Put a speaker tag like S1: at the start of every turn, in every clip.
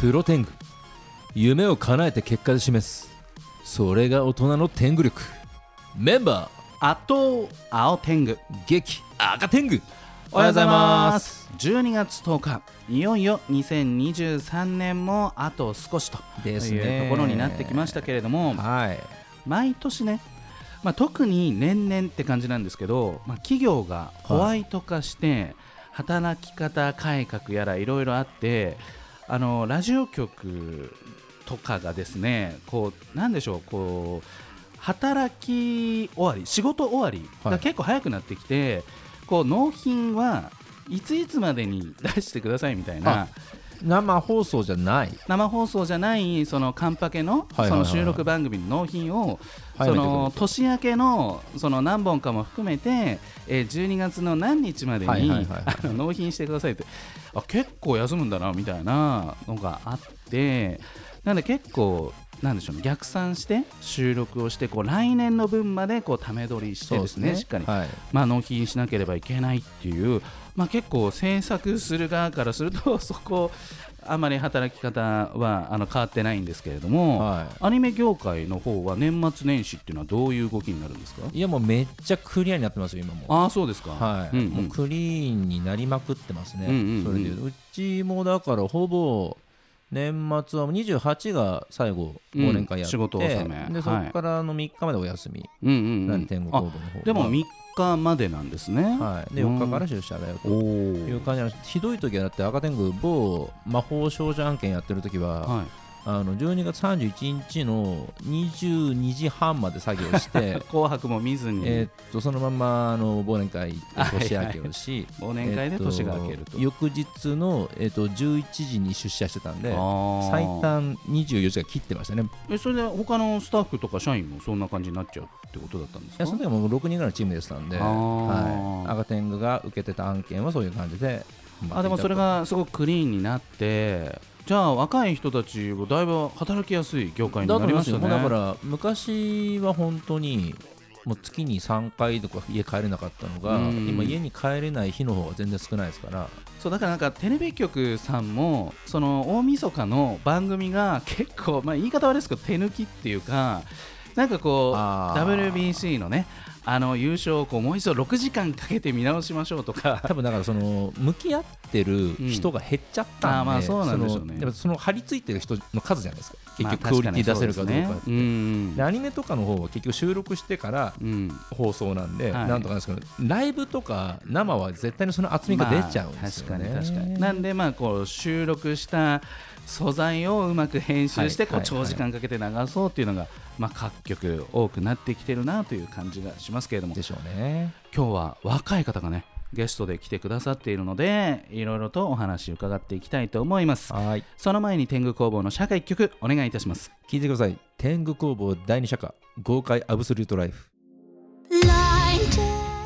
S1: プロテング夢を叶えて結果で示すそれが大人の天狗力メンバ
S2: あと青天狗
S1: ー激赤天狗
S2: おはようございます12月10日いよいよ2023年もあと少しと
S1: ですね
S2: いうところになってきましたけれども
S1: はい
S2: 毎年ね、まあ、特に年々って感じなんですけど、まあ、企業がホワイト化して、働き方改革やらいろいろあってあのラジオ局とかがですねこうなんでしょうこう働き終わり仕事終わり
S1: は
S2: が
S1: い
S2: 結構早くなってきて、こう納品はいついつまでに出してくださいみたいな。
S1: あ生放送じゃない
S2: 生放送じゃないそのカンパケの
S1: はいはいはい
S2: その収録番組の納品を
S1: はい
S2: その年明けのその何本かも含めてえー12月の何日まで
S1: はい
S2: に
S1: はいはい
S2: あの納品してくださいってあ結構休むんだなみたいなのがあってなんで結構なんでしょうね逆算して収録をしてこう来年の分までこうため取りしてですねしっかり
S1: はい、
S2: まあ、納品しなければいけないっていう、まあ、結構制作する側からすると そこあまり働き方はあの変わってないんですけれども、
S1: はい
S2: アニメ業界の方は年末年始っていうのはどういう動きになるんですか
S1: いやもうめっちゃクリアになってますよ今も
S2: ああそうですか
S1: はい
S2: うんうん
S1: もうクリーンになりまくってますね、
S2: うんうんうん
S1: それでうちもだからほぼ年末は28が最後
S2: うん
S1: 忘年会やって、
S2: 仕事納
S1: で
S2: めはい
S1: そこからあの3日までお休み、
S2: うんうんう
S1: なん
S2: ん
S1: で天国
S2: あ
S1: 公募の方
S2: でも
S1: は
S2: 3日までなんですね、
S1: はい、で
S2: うん
S1: 4日から出社だよと
S2: お
S1: いう
S2: お
S1: 感じなんですひどい時はだって赤天狗某魔法少女案件やってる時は、
S2: はい、
S1: あの12月31日の22時半まで作業 して、
S2: 紅白も見ずに、
S1: えーっとそのままあの忘年会年明けをし、
S2: 忘年会で年が明けると,、
S1: えー翌日の、えー、と11時に出社してたんで
S2: あー
S1: 最短24時間切ってましたねい
S2: えそれで他のスタッフとか社員もそんな感じになっちゃうってことだったんですか
S1: やその時はもう6人ぐらいのチームでしたんで、
S2: あー
S1: はい、赤天狗が受けてた案件はそういう感じで
S2: あでもそれがすごくクリーンになってじゃあ若い人たちもだいぶ働きやすい業界に
S1: だ
S2: な
S1: と
S2: り
S1: 思いま
S2: まし
S1: す
S2: た
S1: よ
S2: ね
S1: もうだから昔は本当にもう月に3回とか家帰れなかったのが、
S2: うん
S1: 今家に帰れない日の方が全然少ないですから
S2: そうだからなんかテレビ局さんもその大晦日の番組が結構、まあ、言い方悪いですけど手抜きっていうかなんかこう
S1: あー
S2: WBC のねあの優勝をこうもう一度6時間かけて見直しましょうとか
S1: 多分だからその向き合ってる人が減っちゃったんで、
S2: うんあーまあそうなんでしょう
S1: そ
S2: ね
S1: のやっぱその張り付いてる人の数じゃないですか結
S2: まあ
S1: 局クオリティ出せるかどうかって、
S2: 確にそうです
S1: で
S2: ね
S1: アニメとかの方は結局収録してから
S2: うんうん
S1: 放送なんで、
S2: はい
S1: なんとかなんですけどライブとか生は絶対にその厚みが出ちゃうんですよね、
S2: まあ確かに確かになんでまあこう収録した素材をうまく編集して
S1: はい
S2: こう
S1: はい
S2: 長時間かけて流そうっていうのがまあ各局多くなってきてるなという感じがしますけれども
S1: でしょうね
S2: 今日は若い方がねゲストで来てくださっているのでいろいろとお話伺っていきたいと思います
S1: はい
S2: その前に天狗工房の社会曲お願いいたします
S1: 聞いてください天狗工房第二社歌豪快アブソリュートライフ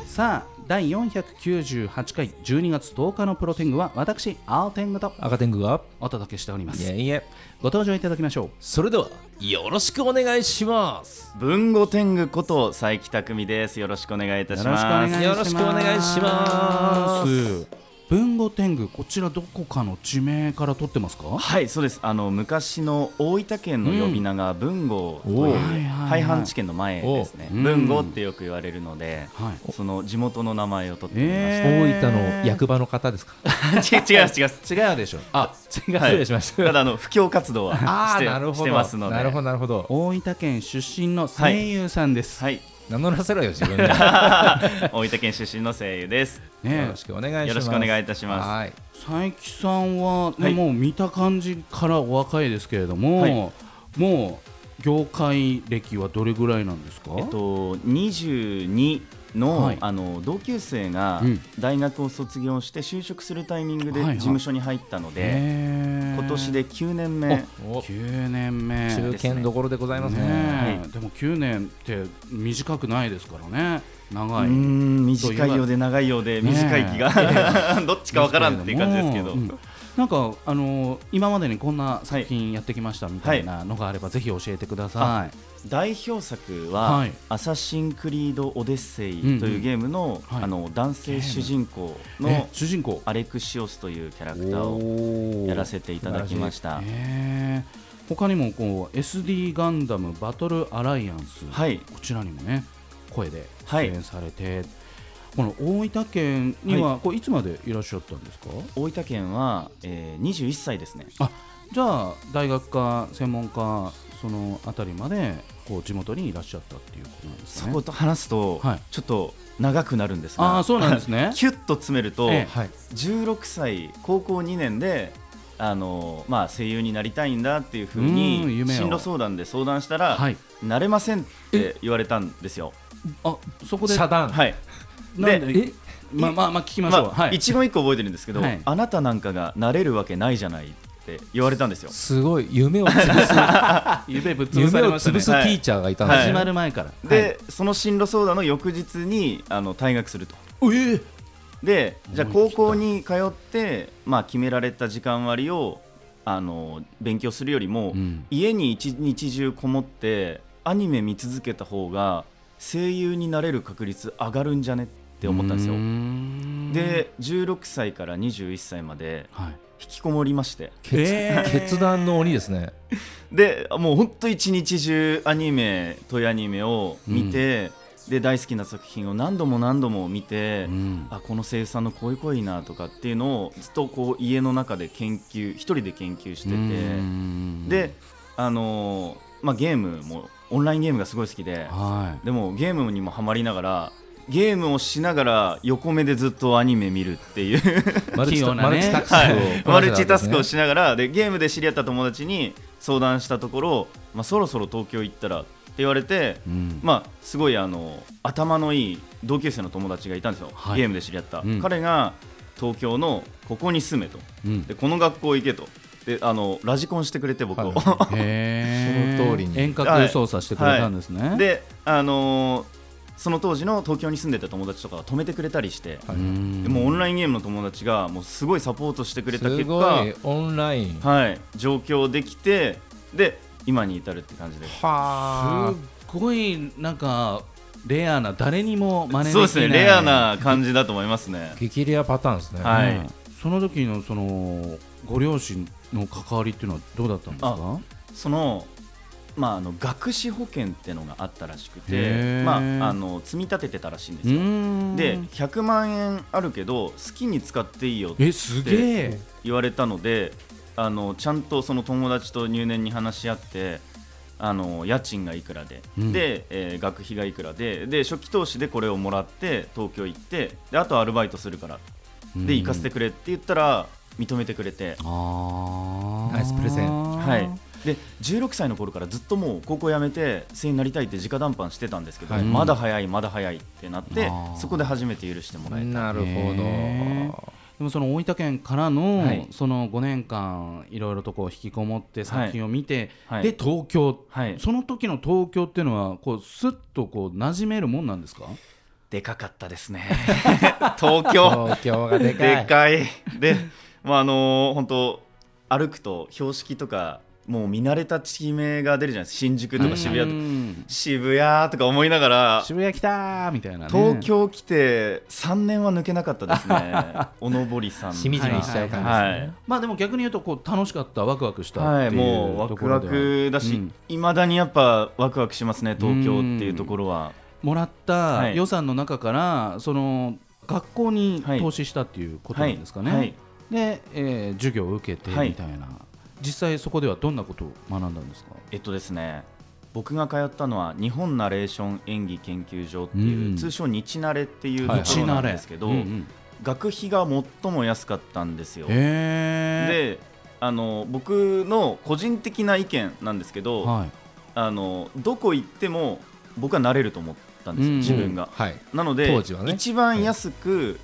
S2: さあ第498回12月10日のプロ天狗は私青天狗と
S1: 赤天狗が
S2: お届けしておりま
S1: い
S2: す
S1: えいえ
S2: ご登場いただきましょう
S1: それではよろしくお願いします
S3: 文語天狗こと佐伯匠ですよろしくお願いいたします
S1: よろしくお願いします
S2: 文語天狗こちらどこかの地名から取ってますか
S3: はいそうですあの昔の大分県の呼び名が文語と
S1: おう
S3: いう
S2: はいはいはい
S3: 廃藩置県の前ですね
S2: おううん
S3: 文語ってよく言われるので
S2: はい
S3: その地元の名前を取ってみまし
S1: 大
S2: えー
S1: 分の役場の方ですか
S3: た、 違う違う違う
S2: 違うでしょあ違う、
S3: はい
S1: 失礼しま した
S3: ただあの布教活動は
S1: あ
S3: し
S1: あ
S3: て
S1: なる
S3: し
S1: ほ
S3: て
S1: ど
S3: ますので
S1: なるほどなるほど
S2: 大分県出身の声優さんです、
S3: はい
S1: 名乗らせろよ自分でよ
S3: 大分県出身の声優です
S2: ね
S1: ろしくお願いします
S3: よろしくお願いいたします
S1: はい
S2: 佐伯さんは、ね
S3: はい
S2: もう見た感じからお若いですけれども、
S3: はい
S2: もう業界歴はどれぐらいなんですか、
S3: えっと、22の,、
S2: はい
S3: あの同級生が
S2: うん
S3: 大学を卒業して就職するタイミングで
S2: はいはい
S3: 事務所に入ったので、
S2: 今
S3: 今年で9年目
S1: お
S2: 9年目
S1: 中堅どころでございますね
S2: ねえでも9年って短くないですからね長
S3: うー
S2: い
S3: ん短いようで長いようで
S2: ねえ
S3: 短い気が どっちかわからんっていう感じですけど、
S2: うんなんかあのー今までにこんな作品やってきましたみたいなのがあればぜひ教えてくださ
S3: 代表作は、
S2: はい
S3: アサシン・クリード・オデッセ
S2: うんうん
S3: イ」というゲームの,、
S2: はい
S3: あの男性主人公
S2: い。ね
S3: の
S2: 主人公
S3: アレクシオスというキャラクターを
S2: を
S3: やらせていただきました
S2: 他にもこう SD ガンダムバトルアライアンス、
S3: はい
S2: こちらにもね声で出
S3: はい
S2: 演されて、この大分県には、い、こういつまでいらっしゃったんですか
S3: 大分県は、えー、21歳ですね
S2: あじゃあ大学か専門かそのあたりまでこう地元にいらっしゃったっていうことなんです
S3: そ
S2: ね。
S3: こと話すと、
S2: はい
S3: ちょっと長くなるんですが。
S2: ああそうなんですね
S3: キュッと詰めると、
S2: ええ
S1: はい
S3: 16歳高校2年であの、まあ、声優になりたいんだっていうふう
S2: うーん
S3: に
S2: 夢を
S3: 進路相談で相談したら、
S2: はい。
S3: なれませんって言われたんですよ。
S2: あそこで
S1: 遮断、
S3: はい
S2: なん
S3: で
S2: で
S1: え
S2: まあまあまあ聞きまし
S3: ま
S2: ょう。
S3: あ
S2: はい。
S3: 一言一句覚えてるんですけど、
S2: はい
S3: あなたなんかがなれるわけないじゃないって言われたんですよ。
S1: すごい夢を潰す
S2: 夢ぶっ潰さ
S1: 夢
S2: れ
S1: を
S2: ました
S1: 潰
S2: ね
S1: すテ。ィーチャーがいたんです
S3: は
S2: 始
S3: い
S1: ね、
S2: まる前から。
S3: で、その進路相談の翌日にあの退学すると。
S2: はい、ええ
S3: でじゃあ
S2: 思い切
S3: 高
S2: った
S3: 校に通って、まあ、決められた時間割をあの勉強するよりも、
S2: うん
S3: 家に一日中こもってアニメ見続けた方が声優になれる確率上がるんじゃねって思ったんですよ
S2: うーん、
S3: で16歳から21歳まで
S2: はい。
S3: 引きこもりまして
S1: 決
S2: えー
S1: 決断の鬼ですね
S3: でもうほんと一日中アニメトイアニメを見て、で大好きな作品を何度も何度も見て、
S2: うん
S3: あこの声優さんのこういう声いいなとかっていうのをずっとこう家の中で研究一人で研究して
S2: う
S3: て
S2: ん
S3: で、あのーまあ、ゲームもオンラインゲームがすごい好きで
S2: は
S3: でもゲームにもハマりながらゲームをしながら横目でずっとアニメ見るっていう
S1: マルチ
S2: 器用
S1: マ
S2: なね
S1: ルチタスクを、
S3: はい、 マルチタスクを
S1: し
S3: しながらでゲームで知り合った友達に相談したところ、まあ、そろそろ東京行ったらって言われて、
S2: い。うん
S3: まあ、すごいあの頭のいい同級生の友達がいたんですよ、
S2: はい
S3: ゲームで知り合った、
S2: うん
S3: 彼が東京のここに住めと
S2: うん
S3: でこの学校行けとであのラジコンしてくれて僕を、
S1: は
S2: へー
S1: その通りに
S2: 遠隔操作してくれたんですね。
S3: であのーその当時の東京に住んでた友達とかが止めてくれたりして、
S1: は
S2: う
S1: い
S2: ん
S3: でもうオンラインゲームの友達がもうすごいサポートしてくれた
S1: す
S3: 結
S1: ご
S3: 果
S1: いオンライン
S3: はい、上京できてで今に至るって感じです。
S1: は
S2: すっごいなんかレアな誰にも真似できない
S3: そうですね、レアな感じだと思いますね。
S1: 激レアパターンですね、
S3: はい
S2: うんその時のそのご両親の関わりっていうのはどうだったんですか
S3: そのまああの学資保険ってのがあったらしく
S2: へー
S3: て、まああの積み立ててたらしいんです
S2: う
S3: よ。
S2: ーん
S3: で、100万円あるけど好きに使っていいよって
S2: えすげえ
S3: 言われたので、あのちゃんとその友達と入念に話し合って。あの家賃がいくらで、
S2: うん
S3: で、えー学費がいくらでで初期投資でこれをもらって東京行ってであとはアルバイトするからで行かせてくれって言ったら認めてくれて、
S2: あー
S1: ナイスプレゼン
S3: はい、で16歳の頃からずっともう高校辞めて声優になりたいって直談判してたんですけど、
S1: はい
S3: まだ早いまだ早いってなって
S2: あー
S3: そこで初めて許してもらえた
S1: なるほど、
S2: へーでもその大分県からの、
S3: はい
S2: その5年間いろいろとこう引きこもって作品を見て、
S3: はい
S2: で東京、
S3: はい
S2: その時の東京っていうのはこうスッとこう馴染めるもんなんですか
S3: でかかっ たですね東京
S1: 東京がでかい
S3: でかいでまああの本当歩くと標識とかもう見慣れた地名が出るじゃないですか新宿とか渋谷とか
S2: 谷
S3: 渋谷とか思いながら
S2: 渋谷来たーみたいな、ね、
S3: 東京来て3年は抜けなかったです ねおのぼりさんが
S1: しみじみしちゃう感じですね、
S3: はい
S2: まあでも逆に言うとこう楽しかったワクワクしたっ
S3: はい、
S2: てい
S3: も
S2: う
S3: うワ
S2: と
S3: ク
S2: ころ
S3: ワ
S2: では
S3: クだし
S2: うん、
S3: いま、だにやっぱワクワクしますね、東京っていうところは。
S2: もらっ
S3: は
S2: た
S3: い
S2: 予算の中からその学校に
S3: はい
S2: 投資したっていうこと
S3: は、
S2: ないんですかね、
S3: はい
S2: で、えー授業を受けて
S3: はい
S2: みたいな、実際そこではどんなことを学んだんですか
S3: えっとですね、僕が通ったのは日本ナレーション演技研究所っていう、
S2: うん
S3: 通称日ナレっていうと
S1: はい
S3: ころなんですけど、
S2: うんうん
S3: 学費が最も安かったんですよ。
S2: へ
S3: で、あの僕の個人的な意見なんですけ
S2: ー
S3: ど、
S2: はい
S3: あのどこ行っても僕はなれると思ったんですよ、
S2: うん
S3: 自分が。
S1: はい
S3: なので、
S1: 当時はね
S3: 一番安く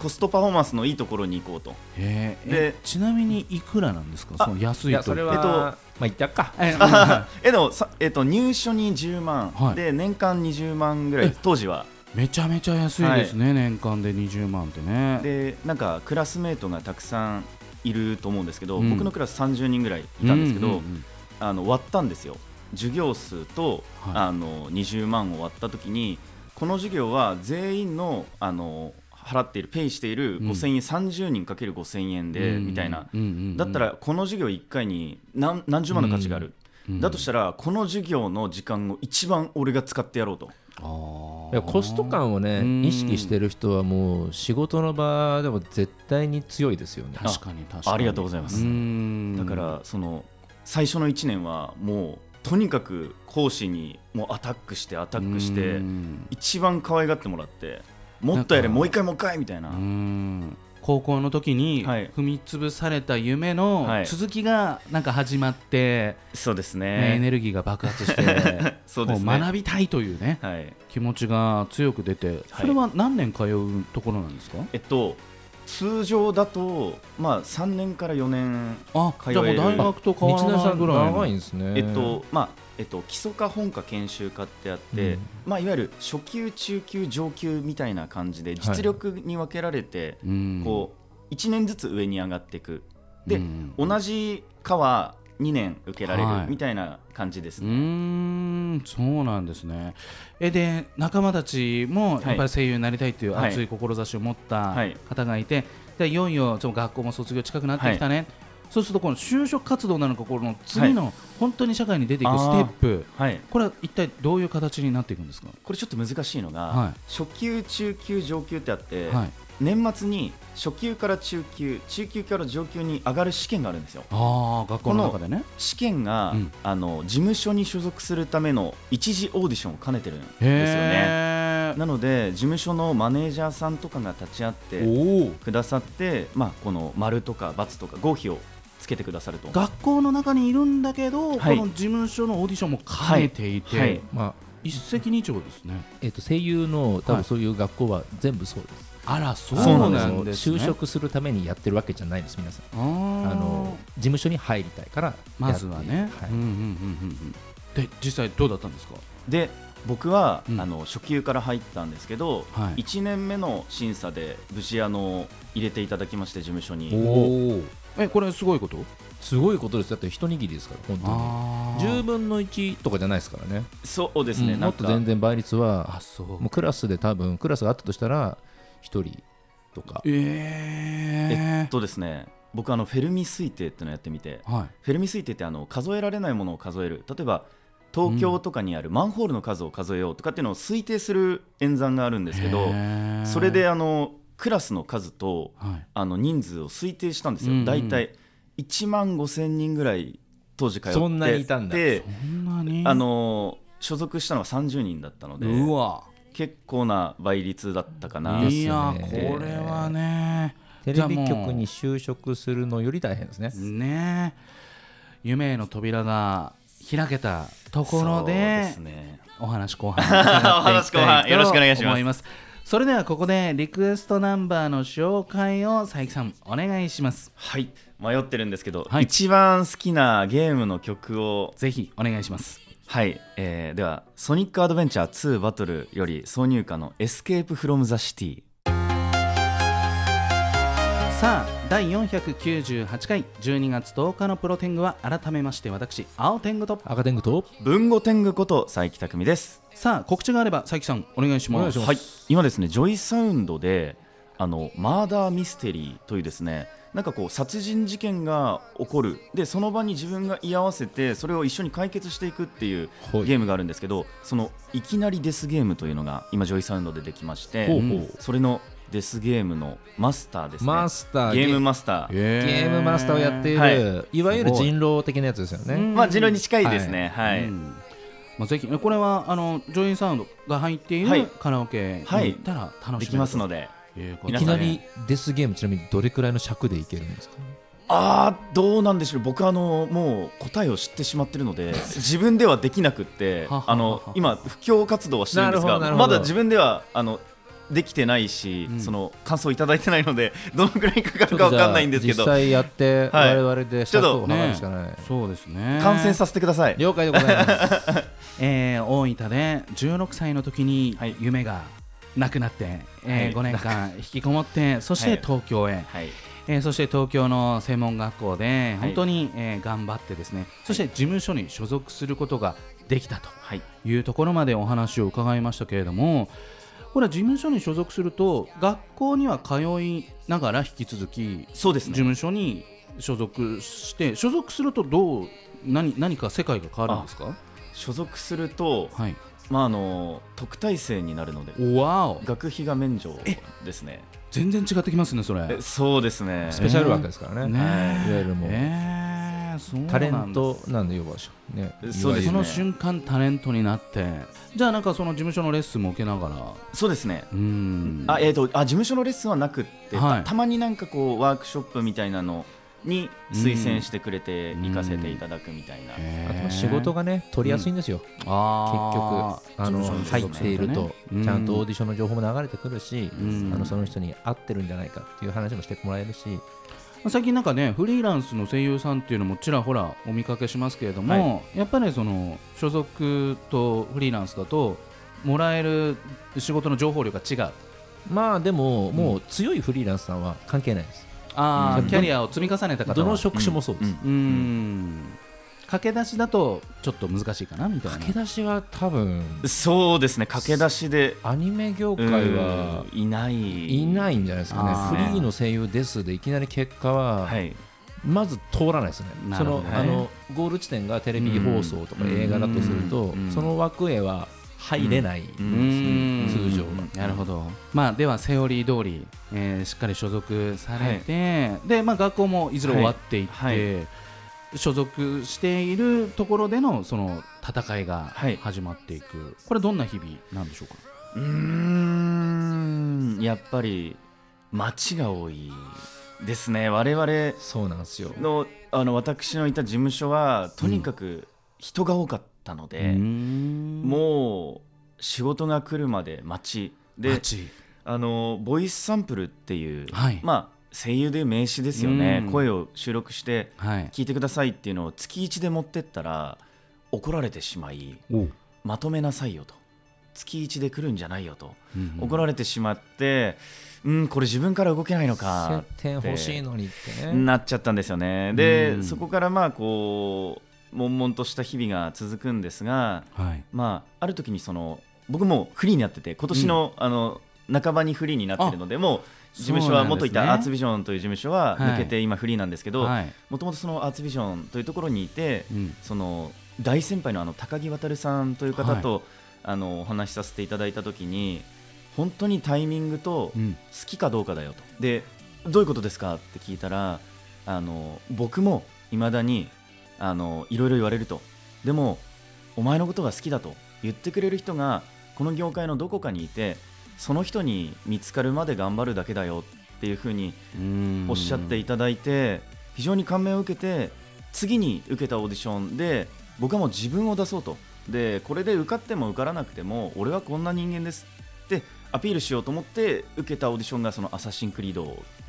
S3: コストパフォーマンスのいいところに行こうと。
S2: へーえ
S3: で
S2: ちなみにいくらなんですかその安
S1: い
S2: い
S1: や
S2: と
S1: それは、
S3: えっと
S1: まあいったか
S2: えうんは
S3: えでもさ、えっと入所に10万、
S2: はい
S3: で年間20万ぐらい
S2: え
S3: 当時は
S2: めちゃめちゃ安いですね、年間で20万ってね。
S3: でなんかクラスメートがたくさんいると思うんですけど、
S2: うん
S3: 僕のクラス30人ぐらいいたんですけど、
S2: うううん
S3: あの割ったんですよ授業数と、
S2: はい
S3: あの20万を割った時にこの授業は全員のあの払っているペイしている
S2: うん
S3: 5000円、30人かける5000円で、みたいな、、
S2: うんうんうん
S3: だった、らこの授業1回に何何十万の価値がある、だとした
S2: ら、
S3: らこの授業の時間を一番俺が使ってやろうと
S2: あー
S1: いやコスト感を
S2: う
S1: ね
S2: ん
S1: 意識してる人はもう仕事の場でも絶対に強いですよね。
S2: 確かに確かに
S3: ありがとうございます
S2: ん
S3: だからその最初の1年はもうとにかく講師にもうアタックしてアタックして、
S2: うん
S3: 一番可愛がってもらってもっとやれ
S2: なんか
S3: もう一回もう一回みたいな、
S2: うん高校の時に
S3: はい
S2: 踏み潰された夢の
S3: はい
S2: 続きがなんか始まって、
S3: そうです
S2: ねエ
S3: ね
S2: ネルギーが爆発して
S3: そうですね
S2: もう学びたいというね
S3: はい
S2: 気持ちが強く出てそれは何年通うところなんですか、
S3: えっと通常だとまあ3年から4年
S2: あじゃあもう大学と変
S1: 道
S2: わら
S1: のり
S2: な
S1: さ
S2: い
S1: ん
S2: ぐらいの
S1: 長いんですね。
S3: えっとまあえっと基礎科本科研修科ってあって、
S1: うん
S3: まあいわゆる初級中級上級みたいな感じで実力に分けられて、
S2: うん
S3: こう1年ずつ上に上がっていくで
S2: うん
S3: 同じ科は2年受けられる
S2: はい
S3: みたいな感じです
S2: うー
S3: ね、
S2: んそうなんですねえで仲間たちも
S3: い
S2: やっぱり声優になりたいという
S3: はい
S2: 熱い志を持った
S3: はい
S2: 方がいて、でいよいよその学校も卒業近くなってきたね、そうするとこの就職活動なのかこの次の本当に社会に出ていくステップ、
S3: はい
S2: これは一体どういう形になっていくんですか
S3: これちょっと難しいのが、
S2: は
S3: 初級中級上級ってあって、
S2: はい
S3: 年末に初級から中級中級から上級に上がる試験があるんですよ
S2: ああ学校の中でね
S3: 試験が、
S2: うん
S3: あの事務所に所属するための一次オーディションを兼ねてるんですよね
S2: へえ
S3: なので事務所のマネージャーさんとかが立ち会って
S1: おお
S3: くださって、まあ、この丸とか×とか合否をつけてくださると
S2: 学校の中にいるんだけど、
S3: はい
S2: この事務所のオーディションも兼ねていて、
S3: はいはい
S1: ま
S2: 一石二鳥ですね
S1: あえっと声優の多
S2: はい
S1: 分そういう学校は全部そうです。
S2: あらそ
S3: そう
S1: あ
S3: な
S1: の就職するためにやってるわけじゃないです皆さん。
S2: あ
S1: あ
S2: の
S1: の事務所に入りたいからやって
S2: まずはね、
S1: はい
S2: うんうんうんうんうんで実際どうだったんですか
S3: で僕は、
S2: うん
S3: あの初級から入ったんですけど、
S2: はい
S3: 1年目の審査で無事あの入れていただきまして事務所に
S1: おお
S2: えこれすごいこと
S1: すごいことですだって一握りですから本
S2: あ
S1: 当に10分の1とかじゃないですからね
S3: そうですね、
S1: うん
S3: な
S1: も
S3: ん
S1: っと
S3: か
S1: 全然倍率
S2: あ
S1: は
S2: そう
S1: もうクラスで多分クラスがあったとしたら一人とか
S2: え
S3: え
S2: え
S3: っとですね僕あのフェルミ推定っていうのをやってみて
S2: はい
S3: フェルミ推定ってあの数えられないものを数える例えば東京とかにあるマンホールの数を数えようとかっていうのを推定する演算があるんですけど
S2: へー
S3: それであのクラスの数と
S2: はい
S3: あの人数を推定したんです
S2: うんう
S3: よ
S2: ん
S3: 大体1万5000人ぐらい当時通って
S1: そんなにいたんだ
S3: で
S2: こんなに
S3: あの所属したのが30人だったので
S2: うわ
S3: 結構な倍率だったかな
S1: ですね
S2: いやこれはね
S1: テ
S2: じゃ
S1: レビ
S2: あもう
S1: 局に就職するのより大変ですね
S2: ねえ夢への扉が開けたところ
S3: そうですね
S2: お話後半に伺っていきた
S3: お話後半よろしくお願いします
S2: 思ますそれではここでリクエストナンバーの紹介を佐伯さんお願いします
S3: はい迷ってるんですけど、
S2: はい
S3: 一番好きなゲームの曲を
S2: ぜひお願いします
S3: はい、えーでは「ソニックアドベンチャー2バトル」より挿入歌の「エスケープフロムザシティ
S2: さあ第498回12月10日のプロテングは改めまして私青天狗と
S1: 赤天狗と」
S3: 文語天狗こと佐伯匠です
S2: さあ告知があれば佐伯さんお願いし
S1: お
S2: ま
S1: 願い
S2: す
S1: します
S3: はい今ですねジョイサウンドであのマーダーミステリーというですねなんかこう殺人事件が起こるでその場に自分が居合わせてそれを一緒に解決していくっていう
S1: はい
S3: ゲームがあるんですけどそのいきなりデスゲームというのが今ジョイサウンドでできまして
S1: ほうほう
S3: うんそれのデスゲームのマスターですね
S1: マスター
S3: ゲームマスター、
S1: ゲームマスターをやっている、、
S3: はい
S1: わゆる
S2: すごい
S1: 人狼的なやつですよね
S3: まあ人狼に近いですねはい、
S2: うんまあ、ぜひこれはあのジョインサウンドが入ってい
S3: はい
S2: るカラオケに行ったら楽しめる
S3: できますので
S2: ということ
S1: い
S2: で
S1: きなり
S2: ね
S1: デスゲームちなみにどれくらいの尺でいけるんですか
S3: ああどうなんでしょう僕あのもう答えを知ってしまってるので自分ではできなくって
S2: はははは
S3: あの今布教活動はしてるんで
S1: な
S3: す
S1: る
S3: が
S1: ほどなるほど
S3: まだ自分ではあのできてないし、
S2: うん
S3: その感想いただいてないので どのくらいかかるかわかんないんですけど
S1: ちょっとじゃあ実際やって
S3: はい
S1: 我々で尺を測るしかない、
S2: そうですね
S3: 感染させてください。
S1: 了解でございます
S2: えー大分で16歳の時に
S3: はい
S2: 夢が亡くなって、
S3: は
S2: え
S3: い
S2: 5年間引きこもってそして
S3: はい
S2: 東京へ、
S3: はい、
S2: えーそして東京の専門学校で
S3: い
S2: 本当に、えー頑張ってですねそして事務所に所属することができたと
S3: はい、
S2: いうところまでお話を伺いましたけれどもこれは事務所に所属すると学校には通いながら引き続き
S3: そうです
S2: 事
S3: ね。
S2: 務所に所属して所属するとどう何何か世界が変わるんですか
S3: 所属すると、
S2: はい
S3: まああの特待生になるので、
S2: わお
S3: 学費が免除ですね。
S2: 全然違ってきますねそれ
S3: えそうですね。
S1: スペシャル枠ですからね、
S2: ね
S1: いわゆるもう、
S2: えーそうなんです
S1: タレントなんで要はね
S3: そうです
S2: そ
S3: ね
S2: の瞬間タレントになってじゃあなんかその事務所のレッスンも受けながら
S3: そうですね。
S2: うん
S3: あえー、とあ事務所のレッスンはなくって、
S2: はい
S3: たたまになんかこうワークショップみたいなのに推薦してくれて
S2: うん
S3: 行かせていただくみたいな、
S1: あ
S2: へ
S1: と
S2: ー
S1: まあ仕事がね取りやすいんですよ、
S2: あ
S1: 結局
S2: ー
S1: あの
S3: そうですね
S1: 入っていると
S2: うん
S1: ちゃんとオーディションの情報も流れてくるし、
S2: うん
S1: あのその人に合ってるんじゃないかっていう話もしてもらえるし、
S2: 最近なんかねフリーランスの声優さんっていうのもちらほらお見かけしますけれども、やっぱりその所属とフリーランスだともらえる仕事の情報量が違う
S1: まあでももう強いフリーランスさんは関係ないです、
S2: あー
S3: うん
S2: キャリアを積み重ねた方は
S1: どの職種もそうです、
S3: うん
S2: うん、駆け出しだとちょっと難しいかなみたいな
S1: 駆け出しは多分
S3: そうですね駆け出しで
S1: アニメ業界は
S3: うんいない
S1: いないんじゃないです
S2: あ
S1: か
S2: ー
S1: ねフリーの声優ですでいきなり結果は
S3: はい
S1: まず通らないですね、
S2: な
S1: そ
S2: るほど
S1: の
S2: ね
S1: あのゴール地点がテレビ放送とか
S3: うん
S1: 映画だとすると、
S3: うん
S1: その枠へは入れない、
S3: う
S2: うんん
S1: 通常は
S2: なるほど、まあ、ではセオリー通り、えーしっかり所属されて、でまあ、学校もいずれ終わっていって、
S3: はい
S2: 所属しているところでのその戦いが
S3: はい
S2: 始まっていく、これどんな日々なんでしょうか
S3: うーんやっぱり街が多いですね我々
S1: そうなんですよ
S3: のあの私のいた事務所はとにかく人が多かったので、
S2: も
S3: もう仕事が来るまで待ち
S2: で
S3: であのボイスサンプルっていう、
S2: はい
S3: まあ、声優でいう名刺ですよね、
S2: うん
S3: 声を収録して
S2: はい
S3: 聞いてくださいっていうのを月1で持ってったら怒られてしまいまとめなさいよと月1で来るんじゃないよと怒られてしまってうん、これ自分から動けないのか
S1: 接点欲しいのにってね、
S3: なっちゃったんですよねで、
S2: うん
S3: そこからまあこう悶々とした日々が続くんですが
S2: はい
S3: まあ、ある時にその僕もうフリーになってて今年の,、あの半ばにフリーになってるのでもう事務所は元いたアーツビジョンという事務所は
S2: はい
S3: 抜けて今フリーなんですけど
S2: は
S3: も
S2: い
S3: ともとそのアーツビジョンというところにいて
S2: うん
S3: その大先輩のあの高木渉さんという方と、あのお話しさせていただいた時に本当にタイミングと
S2: う
S3: 好
S2: ん
S3: きかどうかだよとでどういうことですかって聞いたらあの僕もいまだにあのいろいろ言われるとでもお前のことが好きだと言ってくれる人がこの業界のどこかにいてその人に見つかるまで頑張るだけだよっていうふうにおっしゃっていただいて非常に感銘を受けて次に受けたオーディションで僕はもう自分を出そうとでこれで受かっても受からなくても俺はこんな人間ですってアピールしようと思って受けたオーディションがその「アサシン・クリード」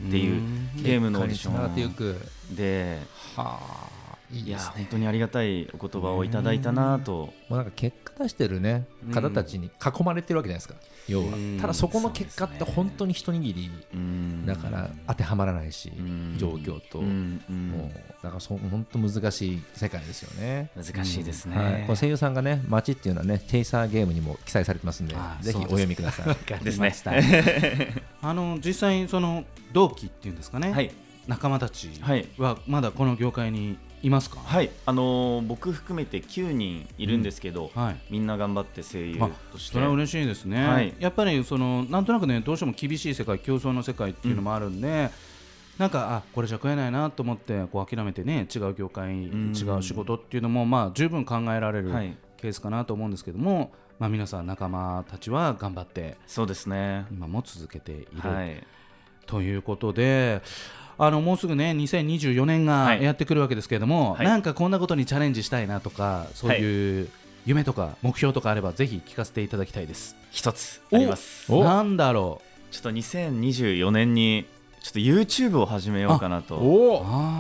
S3: っていう
S2: うん
S3: ゲームのオーディ
S1: に
S3: シ
S1: つながってい
S3: ョン
S1: く
S3: で
S1: はあいい
S3: い
S1: で
S3: や
S1: す
S3: 本
S1: ね
S3: 当にありがたいお言葉をいただいたなと
S1: もうなんか結果出してるね
S2: うん
S1: 方たちに囲まれてるわけじゃないですか、要は
S2: うん
S1: ただそこの結果って本当に一握り
S3: うん
S1: だから当てはまらないし、
S3: うん
S1: 状況と、
S3: うんうん
S1: もうだから本当難しい世界ですよね。
S3: 難しいですね、
S1: はい、この声優さんがね、街っていうのはね、チェイサーゲームにも記載されてますんで
S2: あ、ー
S1: ぜひ
S2: そ
S1: お
S2: うで
S1: 読
S2: す
S1: みください。
S3: ですね
S2: わかりましたあの実際その同期っていうんですかね、
S3: はい
S2: 仲間たち
S3: はい
S2: はまだこの業界にいますか、
S3: はいあのー僕含めて9人いるんですけど、
S2: はい、
S3: みんな頑張って声優
S2: あ
S3: として
S2: それは嬉しいですね、
S3: はい
S2: やっぱりそのなんとなくねどうしても厳しい世界競争の世界っていうのもあるんで、なんかあこれじゃ食えないなと思ってこう諦めてね違う業界、
S3: ん
S2: 違う仕事っていうのもまあ十分考えられる
S3: はい
S2: ケースかなと思うんですけども、まあ、皆さん仲間たちは頑張って
S3: そうですね
S2: 今も続けている、
S3: はい
S2: ということで。あのもうすぐね2024年が
S3: はい
S2: やってくるわけですけれども、
S3: はい
S2: なんかこんなことにチャレンジしたいなとかそういう夢とか目標とかあればぜひ聞かせていただきたいです。
S3: 一つあります
S1: お
S2: なんだろ
S3: ちょっと2024年にちょっと YouTube を始めようかなと
S2: う
S1: お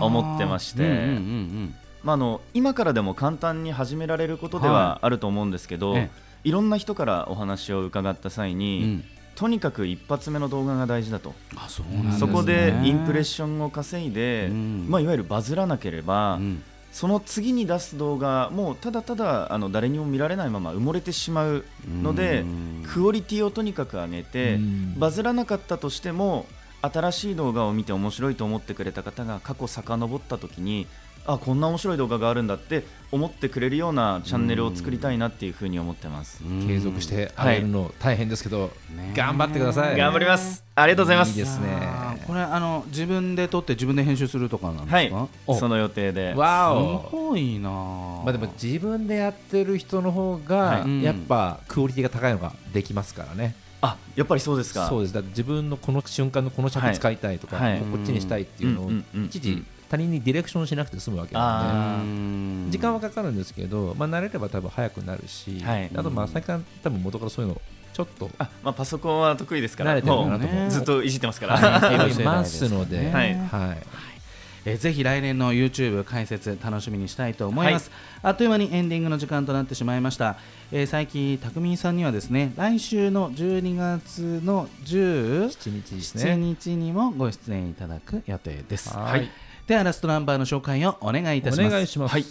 S3: 思ってまして
S2: うんうんうん
S3: まあ、あの今からでも簡単に始められることではあると思うんですけど、
S2: はい
S3: い、ろんな人からお話を伺った
S2: う
S3: 際に、
S2: んうん
S3: とにかく一発目の動画が大事だと、
S2: あそう
S1: なんですね
S3: そこでインプレッ
S2: シ
S3: ションを稼いで、
S2: うん
S3: まあ、いわゆるバズらなければ、
S2: うん
S3: その次に出す動画もうただただあの誰にも見られないまま埋もれてしまうので
S2: うん
S3: クオリティをとにかく上げて、
S1: うん
S3: バズらなかったとしても新しい動画を見て面白いと思ってくれた方が過去遡った時にあこんな面白い動画があるんだって思ってくれるようなチャンネルを作りたいなって いうふうに思ってます、
S1: 継続してあげるの大変ですけど、
S2: ね
S1: 頑張ってください
S3: 頑張りますありがとうございます
S1: いいですね
S2: あーこれあの自分で撮って自分で編集するとかなん
S3: は
S2: です
S3: い
S2: か、
S1: お
S3: その予定で
S1: わ
S2: す
S1: お
S2: ごいな
S1: まあでも自分でやってる人の方が
S2: はい
S1: やっぱクオリティが高いのができますからね、
S3: あやっぱりそうですか
S1: そうですだって自分のこの瞬間のこの尺使いたいとか、
S3: はい
S1: こっちにしたいっていうのを
S3: うんうんうん
S1: 一時他人にディレクションしなくて済むわけ
S3: あ
S1: な
S3: ー
S1: んで
S2: うん
S1: 時間はかかるんですけど、まあ、慣れれば多分早くなるし、
S3: はい
S1: あとまあ最近は多分元からそういうのちょっと
S3: あまあ、パソコンは得意ですから
S1: 慣れてるか
S3: も
S1: なと思
S3: う
S1: う
S3: ずっといじってますか ら、
S1: はいいますので、
S2: ね
S3: はい
S1: はい
S2: えーぜひ来年の YouTube 解説楽しみにしたいと思います、あっという間にエンディングの時間となってしまいました、えー、最近匠さんにはですね来週の12月の17
S1: 7日ですね。
S2: 日にもご出演いただく予定です、
S1: はーい
S2: ではラストナンバーの紹介をお願いいたします
S1: お願いします。
S3: はい、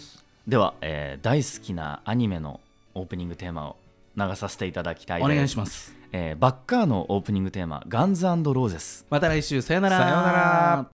S3: では、えー大好きなアニメのオープニングテーマを流させていただきたい
S2: お
S3: です
S2: 願いします
S3: えーバッカーのオープニングテーマ「ガンズローゼス」
S2: また来週さよなら
S1: さよなら